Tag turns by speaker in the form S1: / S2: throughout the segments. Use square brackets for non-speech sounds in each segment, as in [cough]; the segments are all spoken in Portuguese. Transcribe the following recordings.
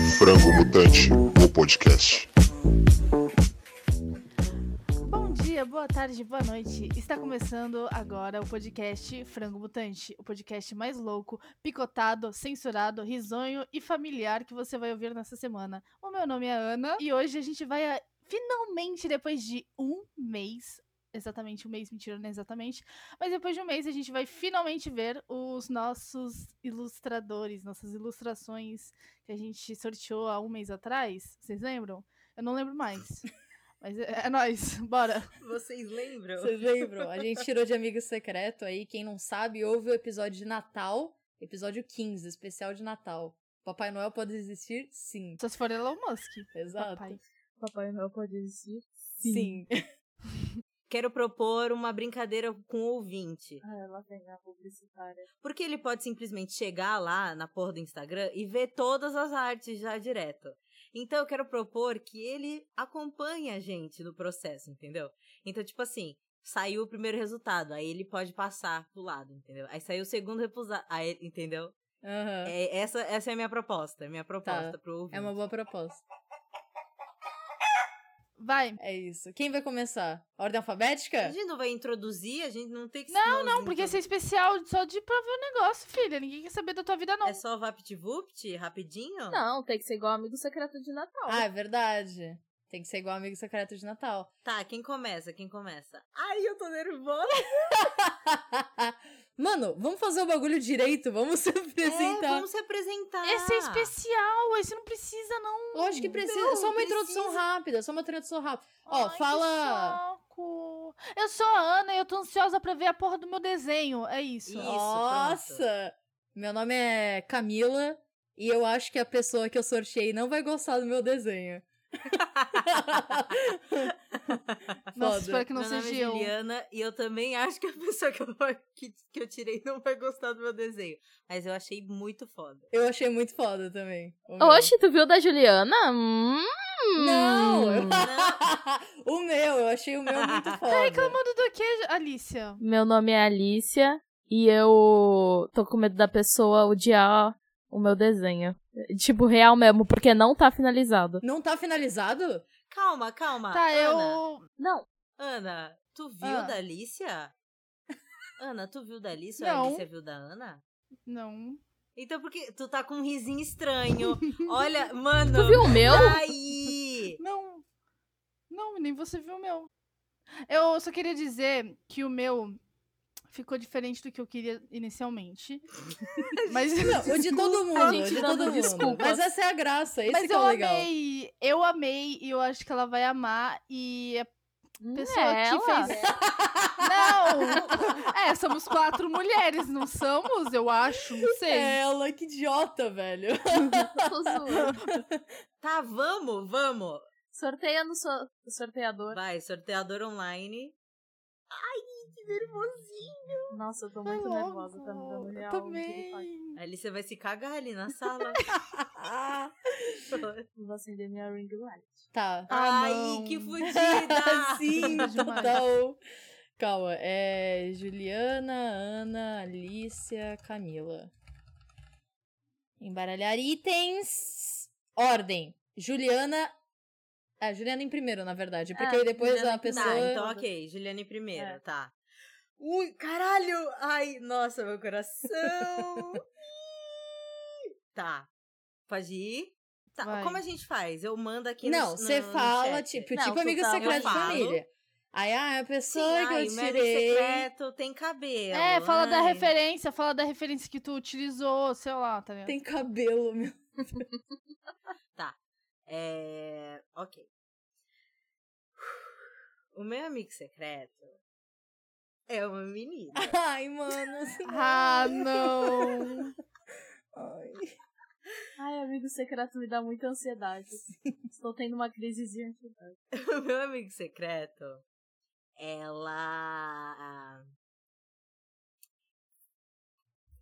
S1: Um Frango Mutante, o podcast.
S2: Bom dia, boa tarde, boa noite. Está começando agora o podcast Frango Mutante, o podcast mais louco, picotado, censurado, risonho e familiar que você vai ouvir nessa semana. O meu nome é Ana e hoje a gente vai a- finalmente, depois de um mês. Exatamente um mês, mentira, não é exatamente. Mas depois de um mês a gente vai finalmente ver os nossos ilustradores, nossas ilustrações que a gente sorteou há um mês atrás. Vocês lembram? Eu não lembro mais. Mas é, é nóis, bora.
S3: Vocês lembram?
S4: Vocês lembram? A gente tirou de amigo secreto aí. Quem não sabe, houve o episódio de Natal, episódio 15, especial de Natal. Papai Noel pode existir? Sim.
S2: Só se for Elon Musk.
S4: Exato.
S2: Papai.
S3: Papai Noel pode existir?
S4: Sim.
S3: Quero propor uma brincadeira com o ouvinte.
S5: Ah, ela vem a publicitária.
S3: Porque ele pode simplesmente chegar lá na porra do Instagram e ver todas as artes já direto. Então eu quero propor que ele acompanhe a gente no processo, entendeu? Então, tipo assim, saiu o primeiro resultado, aí ele pode passar pro lado, entendeu? Aí saiu o segundo resultado, aí, entendeu?
S4: Aham.
S3: É, essa, essa é a minha proposta, minha proposta pro ouvinte.
S4: É uma boa proposta.
S2: Vai.
S4: É isso. Quem vai começar? Ordem alfabética?
S3: A gente não vai introduzir, a gente não tem que então.
S2: Não, não, porque
S3: introduzir.
S2: esse é especial só de pra ver o negócio, filha. Ninguém quer saber da tua vida, não.
S3: É só VaptVupt? Rapidinho?
S5: Não, tem que ser igual amigo secreto de Natal.
S4: Ah, é verdade. Tem que ser igual amigo secreto de Natal. [laughs]
S3: Tá, quem começa? Quem começa? Ai, eu tô nervosa.
S4: Mano, vamos fazer o bagulho direito. Vamos [laughs] se
S3: É,
S4: apresentar.
S3: vamos se apresentar.
S2: Esse é especial, esse não precisa, não.
S4: Lógico que precisa. é
S3: Não,
S4: só uma
S3: precisa.
S4: introdução rápida. Só uma introdução rápida. Ó,
S2: Ai, que
S4: fala.
S2: saco. Eu sou a Ana e eu tô ansiosa pra ver a porra do meu desenho. É isso.
S3: Isso,
S4: Nossa! Meu nome é Camila e eu acho que a pessoa que eu sorteei não vai gostar do
S2: [laughs]
S4: meu desenho.
S2: Nossa,
S4: Foda.
S2: espero que não
S3: meu
S2: seja
S3: nome é
S2: eu.
S3: Juliana e eu também acho que a [laughs] pessoa que eu, que, que eu tirei não vai gostar do meu desenho. Mas eu achei muito foda.
S4: Eu achei muito foda também. o meu.
S5: Oxe, tu viu da Juliana? Hum.
S4: Não!
S5: [laughs]
S4: eu- [laughs] o meu, eu achei o meu muito foda.
S2: Tá reclamando do que, Alicia?
S5: Meu nome é Alicia e eu tô com medo da pessoa odiar o meu desenho. Tipo, real mesmo, porque não tá finalizado.
S4: Não tá finalizado?
S3: Calma, calma.
S2: Tá,
S3: Ah, Ana,
S2: eu.
S5: Não.
S3: Ana, tu viu
S2: Ah. [laughs]
S3: da Alicia? Ana, tu viu da Alicia?
S2: Não.
S3: A Alicia viu da Ana?
S2: Não.
S3: Então por que tu tá com um risinho
S2: [laughs]
S3: estranho? Olha, mano.
S5: Tu viu o meu?
S3: Aí!
S2: Não. Não, nem você viu o meu. Eu só queria dizer que o meu ficou diferente do que eu queria
S4: [laughs]
S2: inicialmente. Mas.
S4: Não, o de todo mundo.
S5: A gente
S4: o de
S5: dando
S4: todo mundo.
S5: desculpas.
S4: Mas essa é a graça,
S2: [laughs]
S4: esse
S2: Mas
S4: que é
S2: eu
S4: o legal.
S2: amei, eu amei e eu acho que ela vai amar e
S4: [laughs]
S2: a pessoa
S5: é
S2: que
S5: ela.
S2: fez. Não! É, somos quatro mulheres, não somos? Eu acho,
S4: É,
S2: não sei.
S4: Ela, que idiota, velho.
S5: Tô zoando. [laughs]
S3: Tá, vamos, vamos.
S5: Sorteia no so- sorteador.
S3: Vai, sorteador online.
S5: Nossa, eu tô
S2: Vai
S5: muito
S2: logo.
S5: nervosa, tá me dando
S2: Eu
S5: real. um
S2: também.
S3: A Alicia vai se cagar ali na sala.
S5: piripaque. Vou acender minha ring light.
S4: [laughs] tá.
S2: Ah,
S3: Ai,
S2: não.
S3: que
S4: Ah,
S3: fodida!
S4: [laughs] Sim,
S2: Demais.
S4: total. Calma, é Juliana, Ana, Alicia, Camila. Embaralhar itens. Ordem. Juliana. Ah, Juliana em primeiro, na verdade. Porque
S5: É,
S4: aí depois
S5: Juliana
S4: a
S5: em
S4: pessoa.
S5: primeiro.
S3: Tá, então ok, Juliane primeiro,
S5: É.
S3: tá. Ui, caralho! Ai, nossa, meu coração! Ih! tá, pode ir? Tá,
S2: Vai.
S3: como a gente faz? Eu mando aqui no
S4: Não, você
S3: no- no
S4: fala,
S3: chat.
S4: tipo,
S5: Não,
S4: tipo amigo
S5: total, eu
S4: secreto de
S3: falo.
S4: família. Aí, ah, a
S3: Sim,
S4: pessoa que
S3: ai,
S4: eu
S3: o Mega
S4: tirei.
S3: secreto tem cabelo.
S2: É, fala da
S3: ai.
S2: referência, fala da referência que tu utilizou, sei lá, tá ligado?
S4: Tem cabelo, meu. [laughs]
S3: É. Ok. O meu amigo secreto é uma menina.
S4: [laughs] Ai, mano. senhora.
S2: Ah,
S4: [laughs]
S2: não!
S4: Ai.
S5: Ai, amigo secreto me dá muita [laughs] ansiedade. Estou tendo uma crisezinha de ansiedade.
S3: o meu amigo secreto,
S4: [laughs]
S3: ela.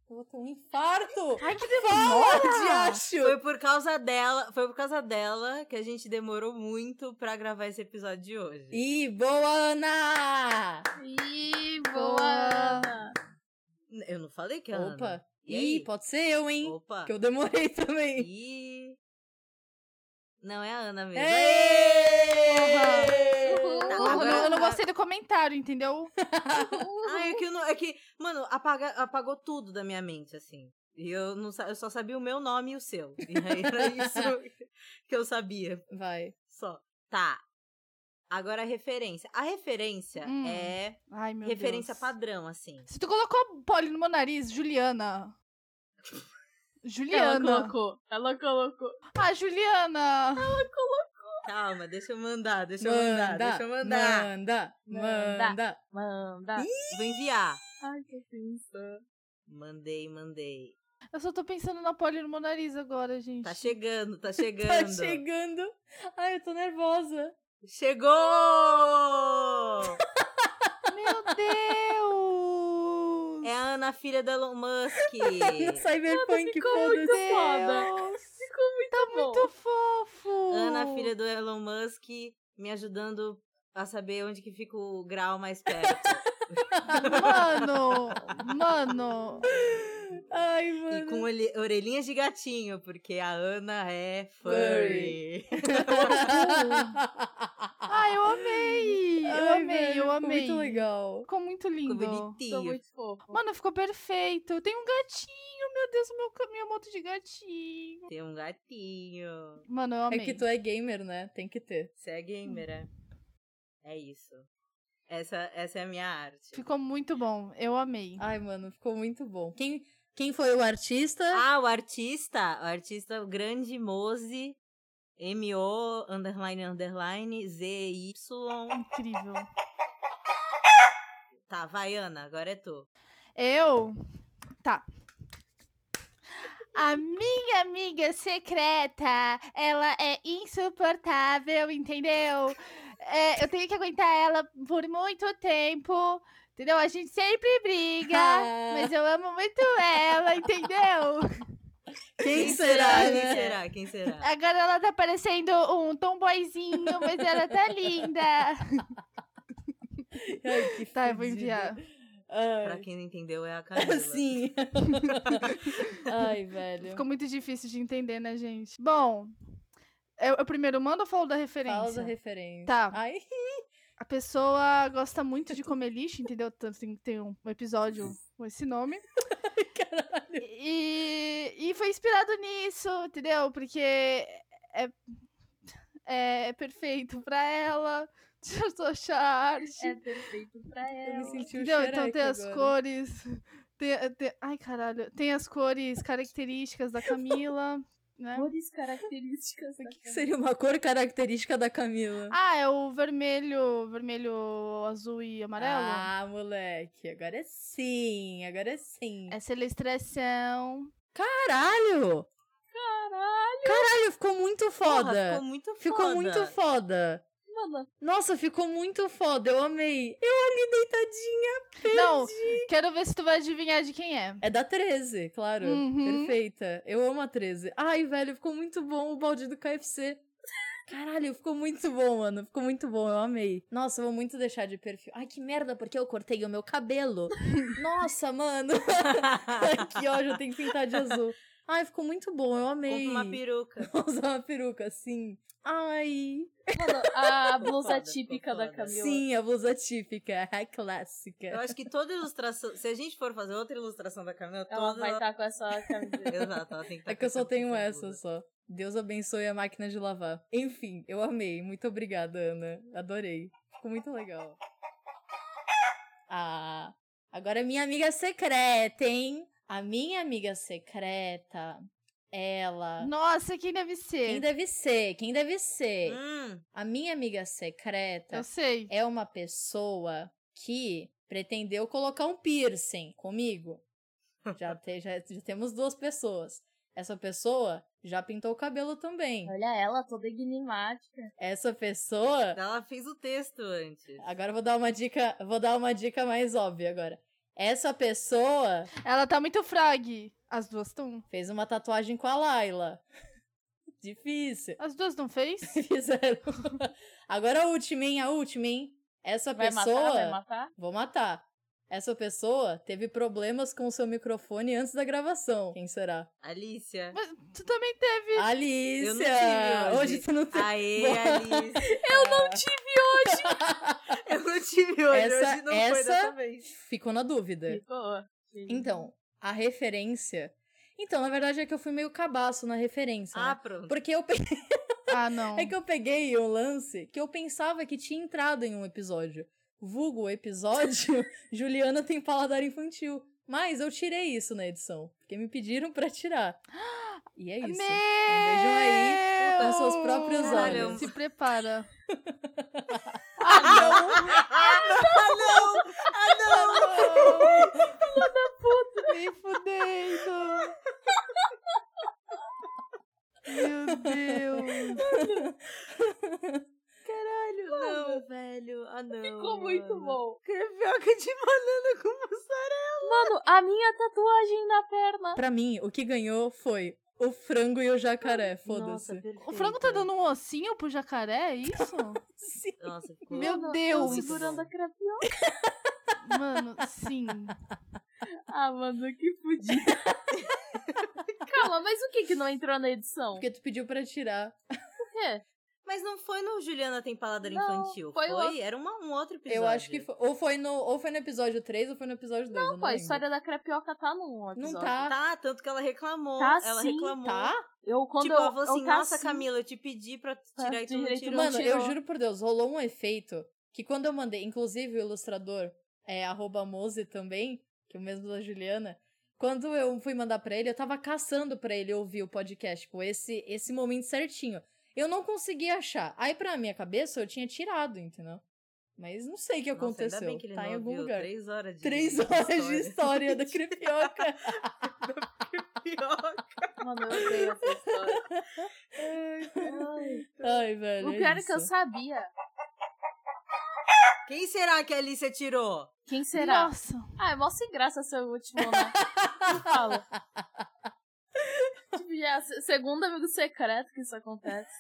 S4: Eu vou ter um infarto.
S2: Ai, que
S4: Fala,
S2: demora!
S4: diacho.
S3: Foi por causa dela. Foi por causa dela que a gente demorou muito pra gravar esse episódio de hoje.
S4: E boa, Ana!
S5: Ih,
S2: boa, Ana.
S3: Eu não falei que é a Ana.
S4: Opa!
S3: E aí?
S4: [laughs] Ih, pode ser eu, hein?
S3: Opa!
S4: Que eu demorei também.
S3: E. Não, é a Ana mesmo.
S4: Ê!
S5: Uhul!
S3: Tá,
S2: Eu não-
S3: agora-
S2: eu não gostei do comentário, entendeu?
S3: Ah, é que, eu não- é que mano, apaga- apagou tudo da minha mente, assim. E eu, não, sa- eu só sabia o meu nome e o seu. [laughs] E aí era isso que eu sabia,
S4: Vai.
S3: só. Tá. Agora a referência. A referência
S2: Hum,
S3: é
S2: Ai, meu
S3: referência
S2: Deus.
S3: padrão, assim.
S2: Se tu colocou poli no meu nariz, Juliana.
S5: Ela
S2: Juliana.
S5: colocou. Ela colocou.
S2: Ah, Juliana.
S3: Calma, deixa eu mandar, deixa eu
S4: manda,
S3: mandar, deixa eu mandar.
S4: Manda,
S5: Manda.
S4: manda.
S5: Manda.
S3: Vou enviar.
S5: Ai, que triste.
S3: Mandei, mandei.
S2: Eu só tô pensando na poli no meu nariz agora, gente.
S3: Tá chegando, tá chegando.
S4: [laughs] Tá chegando. Ai, eu tô nervosa.
S3: Chegou! [laughs]
S2: Meu Deus!
S3: É a Ana, filha da Elon Musk.
S4: [laughs] Cyberpunk,
S5: ficou muito
S4: foda-se.
S5: foda. Ficou muito
S2: Tá
S5: bom.
S2: muito fofo!
S4: Tipo
S3: Ana, filha do Elon Musk, me ajudando a saber onde que fica o grau mais perto.
S4: [laughs]
S3: [laughs]
S2: Mano! Mano!
S4: Ai,
S3: e
S4: mano.
S3: com olhe- orelhinhas de gatinho, porque a Ana é furry. [laughs]
S2: Ai, eu amei! Eu
S4: Ai,
S2: amei, eu
S4: velho, ficou
S2: amei.
S4: Muito legal.
S2: Ficou muito
S3: Ficou
S2: lindo.
S5: Ficou
S3: bonitinho.
S5: muito fofo.
S2: Mano, ficou perfeito. Eu tenho um gatinho, meu Deus, o meu, ca- minha moto de gatinho.
S3: Tem um gatinho.
S2: Mano, eu amei.
S4: É que tu é gamer, né? Tem que ter.
S3: Você é
S4: Hum.
S3: gamer, é? É isso. Essa, essa é a minha arte.
S2: Ficou muito bom. Eu amei.
S4: Ai, mano, ficou muito bom. Quem, quem foi o artista?
S3: Ah, o artista, o artista o grande Mose, M-O, underline, underline, Z-Y.
S4: Ah.
S2: Incrível.
S3: Tá, vai, Ana, agora é tu.
S2: Eu? Tá. A minha amiga secreta, ela é insuportável, entendeu? É, eu tenho que aguentar ela por muito tempo, entendeu? A gente sempre briga,
S4: Ah.
S2: mas eu amo muito ela, entendeu?
S4: [laughs] Quem será,
S3: Quem
S4: né?
S3: será? Quem será?
S2: Agora ela tá parecendo um tomboyzinho, mas ela tá linda.
S4: Ai, que
S2: Tá, eu vou
S4: fedido.
S2: enviar.
S3: pra
S4: Ai.
S3: quem não entendeu, é a Camila.
S4: Sim. [laughs] Ai, velho.
S2: Ficou muito difícil de entender, né, gente? Bom, eu, eu primeiro mando ou falo da referência?
S4: Fala da referência.
S2: Tá.
S4: Ai, [laughs]
S2: A pessoa gosta muito de comer lixo, entendeu? Tanto tem, tem um episódio com esse
S4: [laughs]
S2: nome.
S4: caralho.
S2: E, e foi inspirado nisso, entendeu? Porque é, é, perfeito pra ela. [laughs] Deixa eu achar a arte.
S5: É perfeito pra
S4: Eu me
S5: ela.
S4: senti o
S2: entendeu? Então
S4: Shrek
S2: tem as
S4: agora.
S2: cores. Tem, tem- ai, caralho. Tem as cores características da Camila, né?
S5: Cores características.
S4: O que que seria uma cor característica da Camila?
S2: Ah, é o vermelho, vermelho, azul e amarelo.
S4: Ah, moleque. Agora é sim. Agora é sim.
S2: Essa é a ilustração.
S4: Caralho!
S5: Caralho,
S4: Caralho, ficou muito
S3: Porra,
S4: foda.
S3: ficou muito foda. [laughs]
S4: ficou muito foda. [laughs]
S5: mano.
S4: Nossa, ficou muito foda. Eu amei. Eu ali deitadinha.
S2: Não, quero ver se tu vai adivinhar de quem é.
S4: É da 13, claro.
S2: Uhum.
S4: Perfeita. Eu amo a 13. Ai, velho, ficou muito bom o balde do KFC. Caralho, ficou muito bom, mano. Ficou muito bom, eu amei. Nossa, eu vou muito deixar de perfil. Ai, que merda, porque eu cortei o
S3: [laughs]
S4: meu cabelo. Nossa, mano. [laughs] Ai, que ódio, eu tenho que pintar de azul. Ai, ficou muito bom, eu amei.
S3: Compra uma
S4: [laughs]
S3: peruca.
S4: Usar uma peruca, sim. Ai.
S5: Mano, a blusa
S3: Foda,
S5: típica
S3: foda.
S5: da Camila.
S4: Sim, a blusa típica, é a
S3: Eu
S4: clássica.
S3: acho que toda ilustração. Se a gente for fazer outra ilustração da Camila,
S5: Ela
S3: toda.
S5: vai tá estar com essa camiseta.
S3: [laughs] Exato, ela tem que tá
S4: É que eu
S3: com
S4: só tenho
S3: blusa.
S4: essa só. Deus abençoe a máquina de lavar. Enfim, eu amei. Muito obrigada, Ana. Adorei. Ficou muito legal. Ah, agora minha amiga secreta, hein? A minha amiga secreta,
S2: Hum,
S4: ela.
S2: Nossa, quem deve
S4: Quem
S2: ser?
S4: deve ser? Quem deve ser?
S3: Hum,
S4: A minha amiga secreta
S2: Eu sei.
S4: é uma pessoa que pretendeu colocar um piercing comigo. Já, te- já- já temos duas pessoas. Essa pessoa já pintou o cabelo também.
S5: Olha ela, toda enigmática.
S4: Essa pessoa.
S3: ela fez o texto antes.
S4: Agora eu vou dar uma dica. Vou dar uma dica mais óbvia agora. Essa pessoa
S2: Ela tá muito frag. As duas estão.
S4: fez uma tatuagem com a Laila. [laughs] Difícil. [laughs]
S2: As duas não fez?
S4: Fizeram. Agora a última, hein? A última, hein? Essa
S5: Vai
S4: pessoa.
S5: matar, vai matar?
S4: Vou matar. Essa pessoa teve problemas com o seu microfone antes da gravação. Quem será?
S2: [laughs]
S3: Alicia.
S2: Mas tu também teve.
S4: Alicia!
S3: [laughs] Eu não tive hoje.
S4: hoje tu não tem.
S3: Aê,
S4: Boa.
S3: Alicia. Eu não tive hoje. [laughs] eu não tive hoje.
S4: Essa-
S3: hoje não foi
S4: essa-
S3: dessa vez.
S4: Ficou na dúvida.
S5: Ficou.
S4: É. Então, a referência. Então, na verdade é que eu fui meio cabaço na referência.
S3: Ah,
S4: né?
S3: pronto.
S4: Porque eu, pe- [laughs]
S2: Ah, não.
S4: É que eu peguei um lance que eu pensava que tinha entrado em um episódio. Vulgo o episódio [laughs] Juliana tem paladar infantil. Mas eu tirei isso na edição, porque me pediram
S3: [gasps]
S4: pra tirar. E é isso. Vejam aí com seus próprios
S2: Caralho,
S4: olhos. Ah,
S2: Se
S4: [laughs]
S2: prepara.
S4: Ah,
S2: Me fudendo. Meu Deus.
S3: Caralho, não, velho. Ah, não.
S5: Ficou muito
S3: mano.
S5: bom.
S3: Crepioca de banana com mussarela.
S5: Mano, a minha tatuagem na perna.
S4: Pra mim, o que ganhou foi o frango e o jacaré,
S3: Nossa,
S4: foda-se.
S3: perfeito.
S2: O frango tá dando um ossinho pro jacaré, é isso?
S4: [laughs] Sim.
S3: Nossa,
S4: [laughs]
S3: ficou...
S2: Meu
S5: Mano,
S2: Deus.
S5: Eu segurando a crepioca.
S2: Mano, sim.
S5: Ah, mano, que fudido. [laughs] Calma, mas o que que não entrou na edição?
S4: Porque tu pediu pra tirar.
S5: Por quê?
S3: Mas não foi no Juliana Tem Paladar
S5: Não,
S3: Infantil.
S5: foi
S3: Foi?
S5: outro.
S3: Era uma- um outro episódio.
S4: Eu acho que foi, ou foi no ou foi no episódio 3 ou foi no episódio 2, não, eu
S5: Pô,
S4: não
S5: a
S4: lembro.
S5: história da crepioca tá num episódio.
S4: Não tá.
S3: Tá, tanto que ela reclamou.
S5: Tá
S3: ela
S5: sim,
S3: reclamou.
S4: Tá?
S5: Eu, quando
S3: tipo,
S5: eu,
S3: ela falou assim,
S5: eu tá
S3: nossa,
S5: assim,
S3: Camila, eu te pedi pra tirar e tu não
S5: direito
S3: tirou.
S5: não
S4: Mano, eu
S5: tirou.
S4: juro por Deus, rolou um efeito que quando eu mandei, inclusive o ilustrador, é, arroba Mose também, que é o mesmo da Juliana, quando eu fui mandar pra ele, eu tava caçando pra ele ouvir o podcast, tipo, esse, esse momento certinho. Eu não conseguia achar. Aí, pra minha cabeça, eu tinha tirado, entendeu? Mas não sei o que
S3: Nossa,
S4: aconteceu.
S3: Ainda bem que ele
S4: tá
S3: não
S4: em algum
S3: ouviu.
S4: lugar.
S3: Três horas [laughs] de
S4: [laughs] Três horas de história da crepioca.
S3: [laughs] Pior.
S5: [laughs] Mano, eu odeio essa história.
S4: Ai, velho.
S5: o
S4: é
S5: pior é que eu
S4: isso.
S5: sabia.
S3: Quem será que a Alicia tirou?
S5: Quem será?
S2: Nossa.
S5: Ah, é mó sem graça seu último, né? Não fala. Tipo, já é a se- segundo amigo secreto que isso acontece.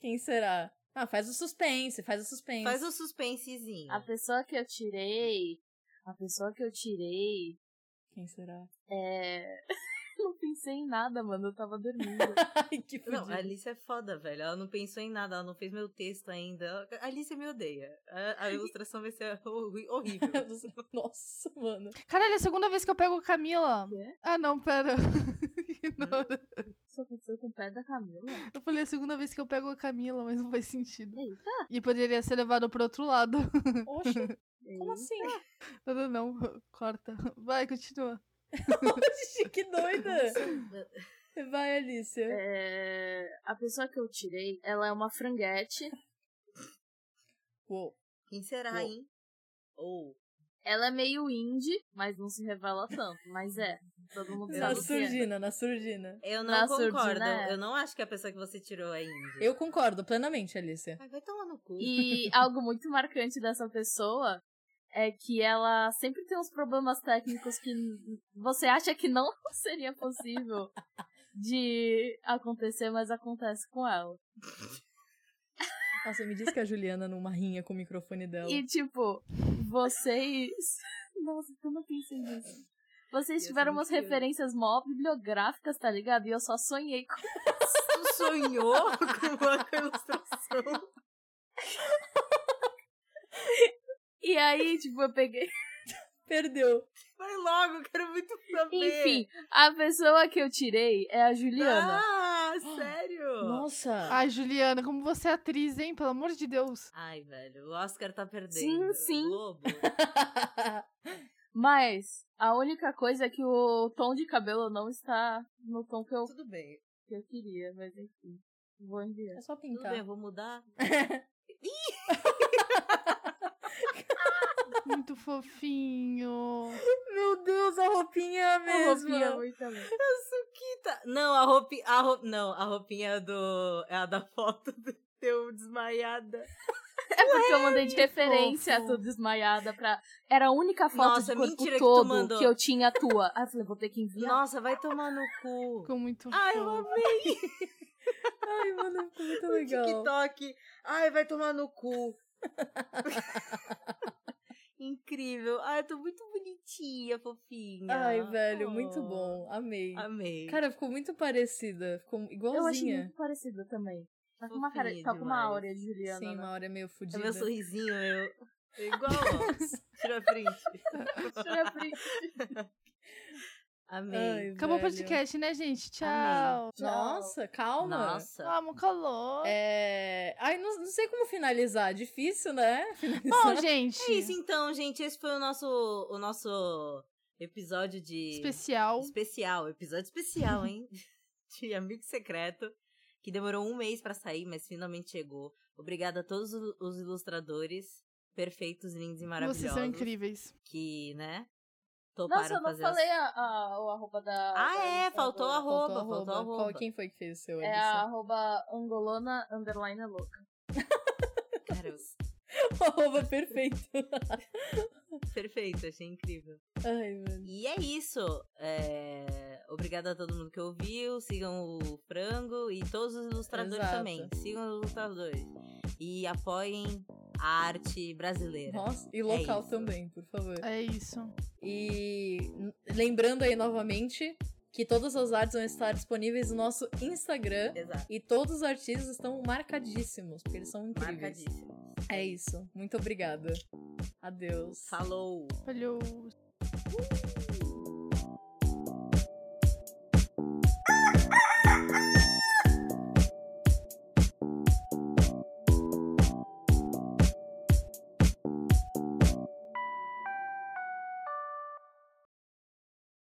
S4: Quem será? Ah, faz o suspense, faz o suspense.
S3: Faz um suspensezinho.
S5: A pessoa que eu tirei. A pessoa que eu tirei.
S4: Quem será? [laughs]
S5: É. [laughs] Não pensei em nada, mano. Eu tava dormindo. [laughs]
S4: Ai, que fudido.
S3: Não, a Alice é foda, velho. Ela não pensou em nada, ela não fez meu texto ainda. A Alice me odeia. A, a ilustração vai ser [laughs] horri- horrível.
S4: [laughs] Nossa, mano.
S2: Caralho, é a segunda vez que eu pego a Camila.
S5: Quê?
S2: Ah, não, pera. [laughs]
S4: Hum.
S2: Ignora.
S5: Isso aconteceu com o pé da Camila?
S2: Eu falei "É a segunda vez que eu pego a Camila, mas não faz sentido.
S5: Eita.
S2: E poderia ser levado pro outro lado. [laughs]
S4: Oxe, como
S5: Ei.
S4: assim?
S2: Não, não, não. Corta. Vai, continua.
S4: Oxe, que doida. Vai, Alicia.
S5: É, a pessoa que eu tirei, ela é uma franguete.
S4: Uou.
S3: Quem será,
S4: Uou.
S3: hein? Ou.
S5: Ela é meio indie, mas não se revela tanto. Mas é, todo mundo
S4: Na
S5: sabe o que é.
S4: surdina, na surdina.
S3: Eu não
S5: Na
S3: concordo.
S5: surdina, é.
S3: Eu não acho que a pessoa que você tirou é índia.
S4: Eu concordo plenamente, Alicia.
S3: Ai, vai tomar no cu.
S5: E algo muito marcante dessa pessoa é que ela sempre tem uns problemas técnicos que n- você acha que não [laughs] seria possível de acontecer, mas acontece com ela.
S4: Nossa, me diz que a Juliana numa rinha com o microfone dela.
S5: E tipo, vocês. [laughs] Nossa, eu não pensei nisso. Vocês
S3: Ia ser
S5: tiveram umas
S3: muito cute.
S5: referências mó bibliográficas, tá ligado? E eu só sonhei com [laughs]
S3: Tu sonhou [laughs] com uma ilustração?
S5: E aí, tipo, eu
S3: [laughs]
S5: peguei.
S4: Perdeu.
S3: Vai logo, eu quero muito saber.
S5: Enfim, a pessoa que eu tirei é a Juliana.
S3: Ah, sério?
S4: Nossa.
S2: Ai, Juliana, como você é atriz, hein? Pelo amor de Deus.
S3: Ai, velho, o Oscar tá perdendo.
S5: Sim, sim.
S3: Globo.
S5: Mas a única coisa é que o tom de cabelo não está no tom que eu,
S3: [laughs] Tudo bem.
S5: que eu queria, mas enfim. Vou enviar.
S4: É só
S3: Tudo bem, eu
S4: pintar.
S3: vou mudar.
S2: Muito fofinho.
S4: Meu Deus, a roupinha é a
S5: roupinha
S4: mesma.
S5: muito também.
S3: Suquita. Não, a roupinha. A roup... Não, a roupinha é do. É a da foto do teu desmaiada.
S5: É porque eu mandei de referência,
S2: fofo.
S5: tô desmaiada pra. Era a única foto
S3: Nossa,
S5: de corpo
S3: mentira que tu
S5: todo
S3: mandou.
S5: que eu tinha a tua. Aí eu falei, vou ter que enviar.
S3: Nossa, vai tomar no cu.
S2: Ficou muito
S3: Ai, eu
S2: fofo.
S3: amei
S4: Ai, mano, ficou muito
S3: [laughs] o
S4: legal.
S3: TikTok. Ai, vai tomar no cu. [laughs] Incrível. Ai, eu tô muito bonitinha, fofinha.
S4: Ai, velho, muito
S3: Oh,
S4: bom. Amei.
S3: Amei.
S4: Cara, ficou muito parecida. Ficou
S5: Eu acho
S4: igualzinha.
S5: muito parecida também. Tá com uma, cara,
S3: Fofinha
S5: tá com uma
S3: demais.
S5: áurea de Juliana.
S4: Sim,
S5: né?
S4: uma hora meio
S3: É
S4: fodida.
S3: meu sorrisinho, eu.
S4: É
S3: Igual, ó. [laughs] Tira a print.
S5: Tira a
S3: [laughs]
S5: print.
S3: Amei.
S4: Ai,
S2: Acabou o
S4: velho.
S2: podcast, né, gente? Tchau.
S3: Amém.
S4: Nossa, calma.
S3: Ah, Nossa.
S2: Vamos, calor.
S4: É... Ai, não, não sei como finalizar. Difícil, né?
S2: Bom, gente.
S3: [laughs] É isso então, gente. Esse foi o nosso, o nosso episódio de.
S2: Especial.
S3: Especial, episódio especial, hein? [laughs] De Amigo Secreto, que demorou um mês pra sair, mas finalmente chegou. Obrigada a todos os os ilustradores perfeitos, lindos e maravilhosos.
S2: Vocês são incríveis.
S3: Que, né? Toparam
S5: Nossa, eu não
S3: fazer
S5: falei
S3: as-
S5: a, a- o arroba da.
S3: Ah,
S5: da
S3: é,
S5: ilustradora.
S3: faltou a
S4: Faltou
S3: arroba, faltou a
S4: Qual-
S3: arroba.
S4: quem foi que fez o seu?
S5: É
S4: Edson?
S5: a arroba angolana underline é louca.
S3: Cara,
S4: [laughs] arroba perfeito.
S3: perfeito, achei incrível.
S4: Ai, velho.
S3: E é isso. É... Obrigada a todo mundo que ouviu. Sigam o Frango e todos os ilustradores
S4: Exato.
S3: também. Sigam os ilustradores. E apoiem a arte brasileira.
S4: Nossa, e local
S3: É isso.
S4: também, por favor.
S2: É isso.
S4: E n- lembrando aí novamente que todas as artes vão estar disponíveis no nosso Instagram.
S3: Exato.
S4: E todos os artistas estão marcadíssimos, porque eles são incríveis.
S3: Marcadíssimo.
S4: É isso. Muito obrigada. Adeus.
S3: Falou!
S2: Valeu.